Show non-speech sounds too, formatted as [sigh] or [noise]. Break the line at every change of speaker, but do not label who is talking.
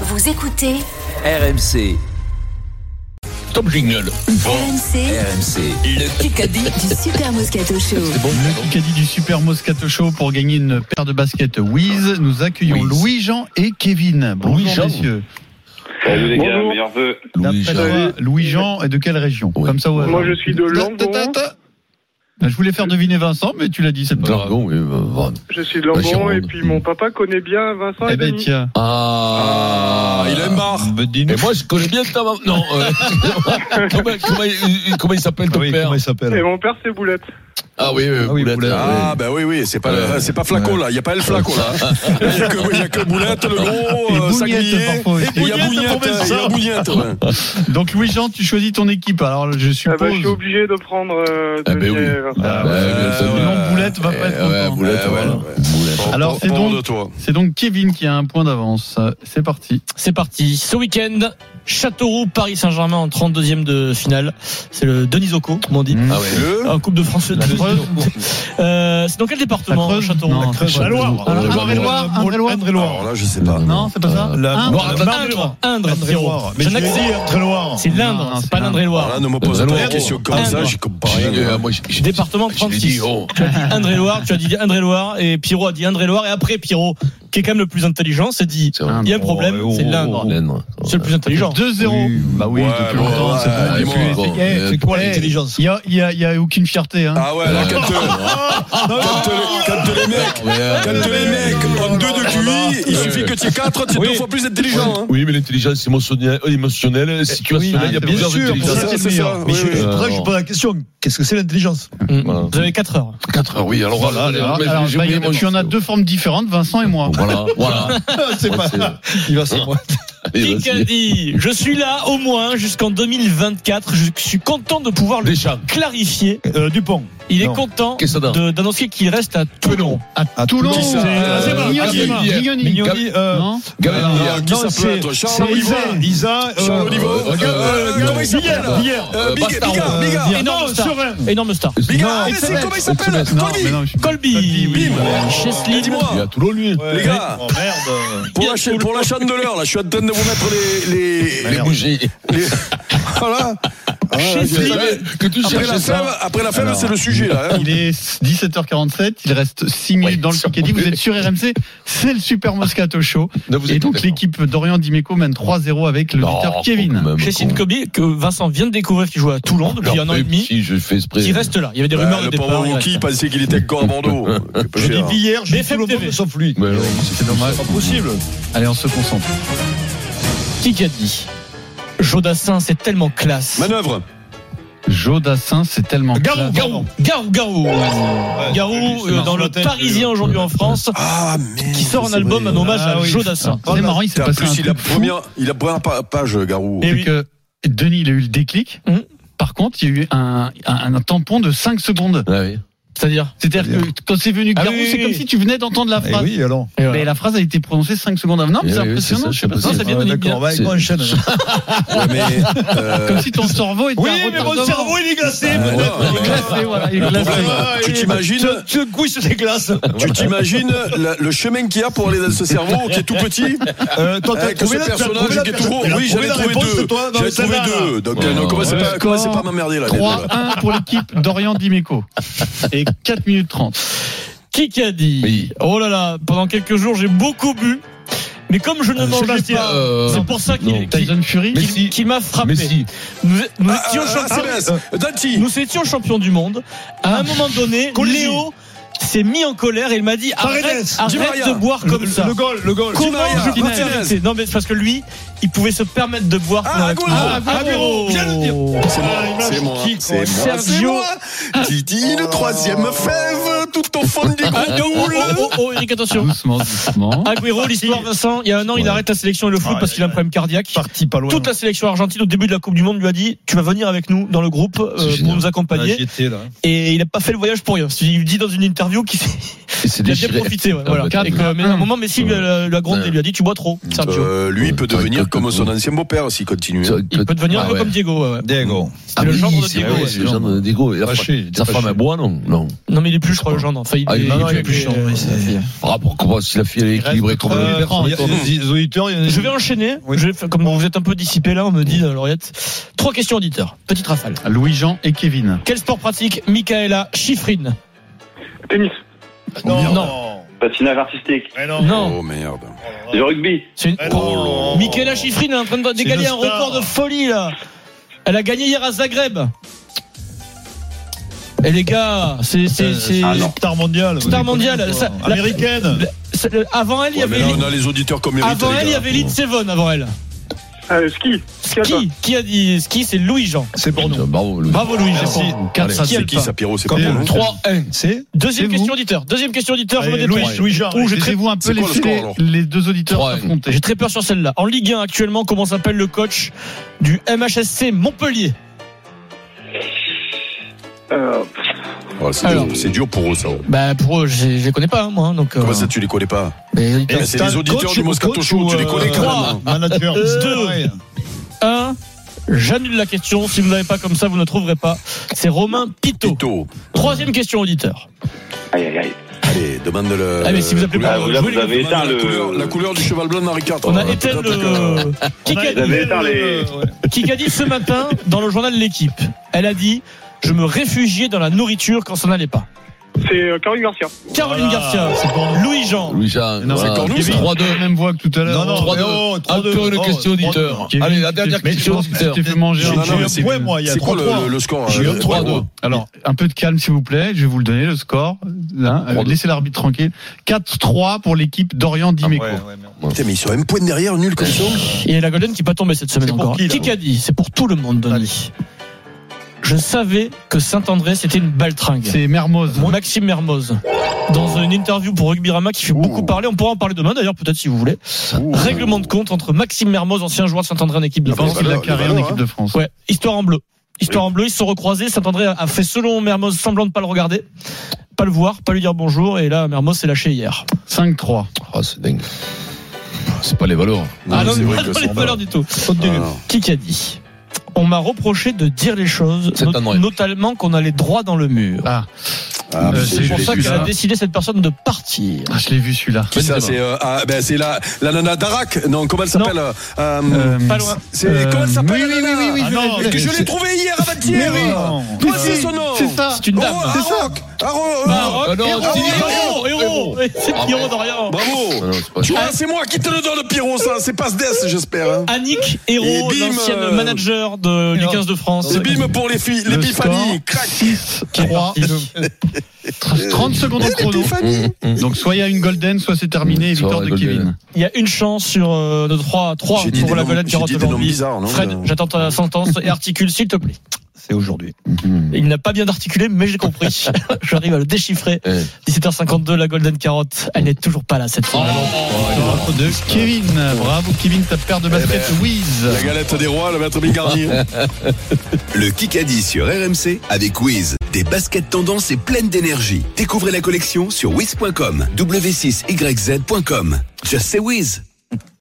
Vous écoutez
RMC,
Top jingle.
RMC
RMC, le Kikadi.
du Super Moscato Show.
Le Kikadi du Super Moscato Show pour gagner une paire de baskets Wiz. Nous accueillons
Wiz.
Louis-Jean et Kevin. Bonjour
Louis-Jean.
messieurs.
Salut les gars,
Bonjour.
meilleurs vœux.
D'après
Louis-Jean.
toi, Louis-Jean est de quelle région
Oui.
Comme ça, ouais.
Moi, je suis de Langon.
Ta, ta, ta. Ben, Je voulais faire deviner Vincent, mais tu l'as dit, c'est pas grave.
Jargon, oui, bah, bah.
Je suis de
La
Langon
Gironde.
et puis mon papa connaît bien Vincent
Eh
et
ben
Denis.
tiens.
Ah, il aime marre. Et moi, je connais bien ta maman. Non, euh, [laughs] comment, comment il- comment il
Eh,
s'appelle ton père
Ah il
Et
s'appelle
mon père c'est Boulette.
Ah oui, euh,
Ah oui,
Boulette.
Boulette.
Ah,
Ah bah oui oui c'est pas
Ouais.
le- c'est pas Flaco là il y a pas El Flaco là il y a que il y a que Boulette le
Et
gros euh,
Bougnette,
Saglier
parfois aussi.
et il y a
Bougnette,
Bougnette
pour
il y a Bougnette ouais.
Donc Louis-Jean, tu choisis ton équipe. Alors je
Ah bah, je suis
suppose.
obligé de prendre euh,
Ah ben
Denis
oui.
et Vincent.
Ah,
ouais,
ouais.
ouais,
Sinon,
ouais.
Boulette va pas Eh, être
Eh, Ouais,
content.
Boulette,
Ouais,
voilà.
ouais,
Boulette.
Alors, c'est
Bon,
donc-
de toi
C'est donc Kevin qui a un point d'avance. C'est parti.
C'est parti. Ce week-end, Châteauroux, Paris Saint-Germain en 32e de finale. C'est le Denis Zoko, comme on dit.
Mmh.
Ah ouais.
En Coupe de France, le
La
Denis
Creuse.
Zoko. Euh, c'est dans quel département,
La Creuse
Châteauroux
Non,
La Loire.
Ah, la Loire.
Indre-et-Loire. Indre-et-Loire.
alors là je sais pas
Non, c'est pas ça
La-
Indre.
Indre, Indre, Indre, frérot.
Mais
Je
tu l'as
n'accuse-
dit, Indre-et-Loire.
C'est l'Indre,
Non,
c'est pas l'Indre et
alors là
Loire.
ne me pose pas
Indre.
des questions comme ça
Indre.
j'y comprends
Ah,
rien
Département 36.
oh,
Tu as dit Indre et Loire, tu as dit Indre et Loire, et Pierrot a dit Indre et Loire, et après Pierrot, qui est quand même le plus intelligent, s'est dit, il y
Oh,
a un problème, c'est l'Indre.
hein.
C'est le plus intelligent.
2-0.
Oui.
Bah oui,
Ouais,
depuis
bon,
longtemps,
ouais,
c'est bon.
dis-moi.
C'est-
Bon,
eh,
euh,
c'est quoi
eh,
l'intelligence Il y a, il y a- il y a aucune fierté. Hein.
ah ouais là quand euh, quand, euh, quand les mecs quand les mecs ont deux de QI il suffit que tu aies quatre tu es
Oui.
deux fois plus intelligent hein.
Oui, mais l'intelligence émotionnelle, euh, émotionnelle situationnelle,
oui,
il y a
bien
plusieurs
sûr,
intelligences.
c'est
ça c'est ça
Mais
oui,
je-
oui.
Euh, alors.
pose la question, qu'est-ce que c'est l'intelligence
Mm.
Voilà.
Vous avez 4 heures.
4 heures, oui. Alors voilà,
Alors,
mais
alors,
j'ai
bah, il y
oublié
en a-
mon-
tu en as deux formes différentes, Vincent et moi.
Voilà, voilà.
C'est pas Il va sans moi.
Allez, vas-y.
Kikadi, je suis là au moins jusqu'en 2024. Je suis content de pouvoir le
Deschamps.
clarifier.
Euh, Dupont.
Il est
Non.
content
Qu'est-ce que ça donne
de- d'annoncer qu'il reste à Toulon.
À
Toulon,
Qui ça
c'est
Euh,
Mignoni,
qui-
Mignoni. Mignoni.
Mignoni, euh,
Non
Gabriel,
Non,
Villière.
qui ça peut
c'est-
être Charles
c'est
Olivon.
Isa, Isa, euh,
Charles Olivon
euh,
Euh,
euh,
comment il s'appelle
Villière, Villière.
Euh, Big-
Bastard,
Bigard,
euh,
Bigard.
Villière.
Énorme
Non,
star.
Serein.
Énorme star.
Bigard, mais c'est comment il s'appelle
Non,
Colby
mais non, je suis-
Colby.
oui.
Bim.
Cheslin.
Dis-moi.
Il y a Toulon, lui.
Ouais.
Les gars.
Oh merde.
Pour la, chaîne, pour la chandeleur, là, je suis en train de vous mettre les. les,
Les bougies.
les- voilà. Ah,
Je
vous
savais
savez,
que tu
Après la
cherchais
fève,
ça.
après la fève,
Alors.
c'est le sujet là. hein.
Il est 17h47, il reste 6
Ouais,
minutes dans le
ça
Kikadi.
va.
Vous êtes sur RMC, c'est le Super Moscato Show.
Ne vous
Et donc
inquiétez pas.
l'équipe d'Orient Dimeco mène 3-0 avec le
Non,
buteur
faut
Kevin.
quand même
Cheslin
qu'on-
Colby, que Vincent vient de découvrir qu'il joue à Toulon depuis
Non,
un an
mais
et demi,
Si, je fais exprès.
qui reste là. Il y avait des
Ouais,
rumeurs au
Euh, le
départ.
pauvre
il
Wookie
reste.
pensait qu'il était encore à Bordeaux. C'est pas
Je dis
cher.
Villière, je dis tout le
BFM TV.
monde sauf lui.
Mais non,
C'est dommage.
Pas possible.
Allez, on se concentre.
Kikadi. Jodassin, c'est tellement classe.
Manœuvre.
Jodassin, c'est tellement
Garou,
classe.
Garou, Garou, Garou. Garou, euh, dans le Parisien aujourd'hui en France,
Ah, merde,
qui sort un
c'est
album
vrai.
en
Ah,
hommage à
Ah oui.
Jodassin.
C'est marrant, il s'est
Et En
passé un
plus, il a,
truc fou. Eh
première, il a première pa- page, Garou.
Et
C'est
oui.
que Denis, il a eu le déclic.
Hum.
Par contre, il y a eu un, un- un tampon de 5 secondes.
Ah oui.
C'est-à-dire
C'est-à-dire que quand c'est venu
Ah
Garou,
oui,
c'est
oui,
comme
oui.
si tu venais d'entendre la
Eh
phrase.
oui, alors.
Et voilà.
Mais la phrase a été prononcée 5 secondes avant. Non, mais
Eh
c'est
oui,
impressionnant.
c'est ça, je sais
Non,
pas
ça
si-
vient
Ouais,
de
D'accord,
Nick
va,
C'est-
on enchaîne.
Ouais, mais, euh,
Comme si ton cerveau était un retardement.
il est glacé.
euh, non,
Il est glacé, voilà, il est
le
glacé.
problème, tu t'imagines
Ce couille se déglace.
tu t'imagines la- le chemin qu'il y a pour aller dans ce cerveau qui est tout petit
Euh, Toi, t'as
Avec Eh, ce
trouvé la- t'as
personnage
trouvé la
qui est tout gros.
t'as
Oui, j'en ai
la
trouvé
réponse,
deux.
toi, dans
J'en ai
le
trouvé
Sardin, là.
deux. Donc, euh,
Ouais.
ne commencez pas, commencez pas à m'emmerder là. les deux, là.
3-1 pour l'équipe d'Orient Dimeco. Et 4 minutes 30.
Kikadi.
Oui.
Oh là là, pendant quelques jours, j'ai beaucoup bu. Mais comme je ne mangeais
Sébastien,
pas,
euh,
c'est pour ça
non.
qu'il qu'il-
Tyson Fury,
Mais-
qu'il-
Messi.
qu'il m'a frappé.
Messi.
Nous, nous
Ah,
étions
ah,
champions,
ah, CBS. Danti.
euh, nous étions champions du monde. À un moment donné, Léo s'est mis en colère et il m'a dit arrête,
Di
arrête
Maria.
de boire comme ça.
Le goal, le goal.
Comment
Maria,
je peux
Martinez.
m'arrêter Non mais c'est parce que lui, il pouvait se permettre de boire.
Ah,
pendant
Agüero.
la Coupe.
Ah,
Agüero.
Viens le C'est moi, c'est moi, c'est moi, c'est
Sergio.
moi. Ah, Didi,
Ah.
le troisième fève, tout au fond du
Oh,
groupe.
oh, oh, Eric, attention.
doucement, doucement.
Agüero, l'histoire, Vincent, il y a un an, il
Ouais.
arrête la sélection et le foot
Ah,
parce qu'il a un problème cardiaque.
Parti pas loin.
Toute la sélection argentine au début de la Coupe du Monde lui a dit tu vas venir avec nous dans le groupe euh,
C'est génial.
pour nous accompagner
J'étais là.
et il n'a pas fait le voyage pour rien. Il dit dans une interview qu'il [laughs] s'est-
Et c'est
il a bien
déchiré.
profité. ouais,
Ah,
voilà.
bah, t'as
Et que,
raison.
mais à un moment Messi lui a- lui a grondé,
Ouais.
lui a dit tu bois trop. Sergio.
Euh, lui, il peut
Toi,
devenir
toi,
comme son
toi.
ancien beau-père s'il continue. hein.
Il peut devenir un
Ah
peu
ouais.
comme Diego. ouais, ouais.
Diego.
Ah
le
Euh,
oui,
gendre de
c'est
Diego,
vrai,
ouais.
c'est le gendre de Diego. Et la fra-
Fâché,
Sa femme,
fâché.
elle boit, non Non.
Non mais il est plus, je crois, le gendre. Enfin, il
Ah,
est-
non, non,
il est
il est
plus
méchant,
chiant, oui, c'est-
Rapport, comment, si la fille elle est équilibrée, comment
Euh,
le
prends,
père,
attends.
Les auditeurs, il y en a-
Je vais enchaîner. Je vais faire- comme vous êtes un peu dissipé là, on me dit, euh, Lauriette. Trois questions auditeurs. Petite rafale.
Louis-Jean et Kevin.
Quel sport pratique Michaela Schifrin Euh,
Tennis.
Non.
Patinage artistique.
Mais non.
Non.
Oh merde.
Du rugby.
C'est une...
Mais non.
Michaela Schifrin est en train de dégager
une
un
star.
record de folie là. Elle a gagné hier à Zagreb. Et les gars, c'est c'est c'est
ah non.
Star mondiale.
Star mondiale. Ça- la-
Américaine.
c'est- Avant elle, il y
Ouais, mais
avait
là, on a les auditeurs comme mérite,
avant
les
elle, il y
gars.
avait Elite Seven avant elle.
Ah.
Euh, ski. Ski alpin.
Qui qui a dit ski c'est Louis Jean.
C'est pour nous.
Bravo, Louis.
Bravo Louis Jean.
Merci.
Quatre,
Allez,
ça,
Ah, C'est qui
alpin.
ça, Pierrot C'est pas pour nous
3-1. C'est
Deuxième
C'est
question
vous.
auditeur. Deuxième question auditeur, je me
Allez,
détends.
Louis, Louis Jean.
Où je
Allez,
vous un peu
c'est
les,
quoi le score, alors
les, les deux auditeurs
Trois,
s'affronter.
J'ai très peur sur celle-là. En Ligue 1 actuellement, comment s'appelle le coach du MHSC Montpellier
Euh,
Ouais, Ah, c'est
Alors.
dur- C'est dur pour eux, ça.
Bah pour eux, je, je les connais pas hein, moi. hein, Donc, euh,
Comment ça, tu les connais pas
mais- euh,
Eh, C'est les auditeurs
coach
du
ou
Moscato
coach
Show,
ou,
tu les
euh,
connais quand même.
Manager.
Deux.
Ouais.
Un, j'annule la question. Si vous n'avez pas comme ça, vous ne trouverez pas. C'est Romain Pito.
Tito.
Troisième question auditeur.
Aïe, aïe, aïe.
Allez, demande le.
Ah, mais si vous appelez
couleur-
pas,
Ah, vous, là,
jouez,
vous
les gars,
avez
demande
éteint
la couleur-
le.
La couleur du cheval blanc de Henri IV.
On a euh,
Alors,
éteint
peut-être que-
le qui
Vous
qu'a dit, euh,
avez éteint les.
qui qu'a dit ce matin dans le journal de l'équipe. Elle a dit je me réfugiais dans la nourriture quand ça n'allait pas.
c'est euh, Caroline Garcia.
Caroline
Voilà.
Garcia,
C'est pour nous.
Louis Jean,
Louis Jean.
Non, c'est
voilà.
Cornu,
Kevin,
ça.
3-2.
Même voix que tout à l'heure.
Non, non,
Trois,
mais
deux.
oh, trois, deux.
Encore une
Oh,
question
trois,
auditeur.
Kevin,
Allez, la
tu
dernière
t'es- mais je
question
pense que tu
auditeur.
t'es fait manger.
Non,
un
non,
petit
mais
peu.
J'ai eu un point, moi, il y a hein.
C'est quoi
3
le- le score
J'ai eu
euh,
un 3-2.
3-2.
Alors, un peu de calme, s'il vous plaît. Je vais vous le donner, le score. Hein, euh,
Trois, deux.
laissez l'arbitre tranquille. 4-3 pour l'équipe d'Orient Dimeco.
Putain, mais ils sont à une pointe derrière, nul comme ça.
Et la Golden qui n'est pas tombée cette semaine
C'est pour
encore.
qui,
Qui,
là
a dit C'est pour tout le monde, Donny. Je savais que Saint-André, c'était une baltringue.
C'est Mermoz.
Maxime Mermoz, dans une interview pour Rugby Rama qui fait beaucoup parler, on pourra en parler demain d'ailleurs, peut-être si vous voulez. Règlement de compte entre Maxime Mermoz, ancien joueur de Saint-André en équipe de
Je pense
France.
qu'il a
valeurs,
carré en
valeurs,
équipe de France.
Ouais, histoire en bleu. Histoire en bleu, ils se sont recroisés. Saint-André a fait, selon Mermoz, semblant de pas le regarder, pas le voir, pas lui dire bonjour. Et là, Mermoz s'est lâché hier.
5-3.
Ah,
Oh,
c'est dingue. C'est pas les valeurs.
ah non,
c'est
mais
vrai
pas
que
dans
c'est
les
en
valeurs
bas.
du tout.
Alors.
Qui a dit On m'a reproché de dire les choses,
C'est
not-
André.
notamment qu'on a les droits dans le mur.
Ah,
Ah,
Euh,
mais
c'est
C'est pour
j'ai
ça
vu
qu'elle a
ça.
décidé cette personne de partir.
ah, je l'ai vu celui-là.
Qui ça, c'est euh, ah, ben, c'est la, la nana d'Arak. Non, comment elle s'appelle euh, euh,
Euh,
Pas loin.
C'est
euh,
comment elle
oui,
s'appelle
oui,
la nana
oui, oui,
Ah
je
non,
l'ai-
Et que je
c'est-
l'ai trouvée hier avant-hier.
Mais
Oh,
oui.
Quoi, c'est son nom
C'est ça.
C'est une dame.
Arak. Arak.
Bah,
Maroc,
Ah non,
héros,
c'est
héros,
Oh, Héros,
Oh, héros. C'est
Ah,
Pierrot
mais-
d'Orient.
Bravo.
Ah
Non, c'est pas
Tu vois, c'est moi qui te le donne, Pierrot, ça. C'est pas Sdes, j'espère. hein.
Annick
Et
Héros,
bim,
l'ancienne
euh,
manager de, du
alors,
15 de France.
C'est bim pour les filles,
Le
l'épiphanie.
score,
Crac.
6, 3, 30 secondes au chrono. Mmh.
L'épiphanie.
Donc, soit il y a une golden, soit c'est terminé. et
Soit
Victoire
la
de
golden.
Kevin.
Il y a une chance sur euh, de 3 à 3
J'ai dit
pour
des
la
noms-
Golden
j'ai
Carotte
dit des noms bizarres, non,
Fred,
là.
j'attends ta sentence et articule s'il te plaît.
C'est aujourd'hui.
Il n'a pas bien articulé, mais j'ai compris. [laughs] J'arrive à le déchiffrer.
Eh.
17h52, la Golden Carotte, elle n'est toujours pas là cette
Ah
semaine.
Bravo de Kevin. Bravo, Kevin, ta paire de basket
ben.
Wiz.
La galette des rois, le maître Bigarni.
Le Kikadi sur RMC avec Wiz. Des baskets tendance et pleines d'énergie. Découvrez la collection sur wiz.com, w6yz.com. Just say Wiz.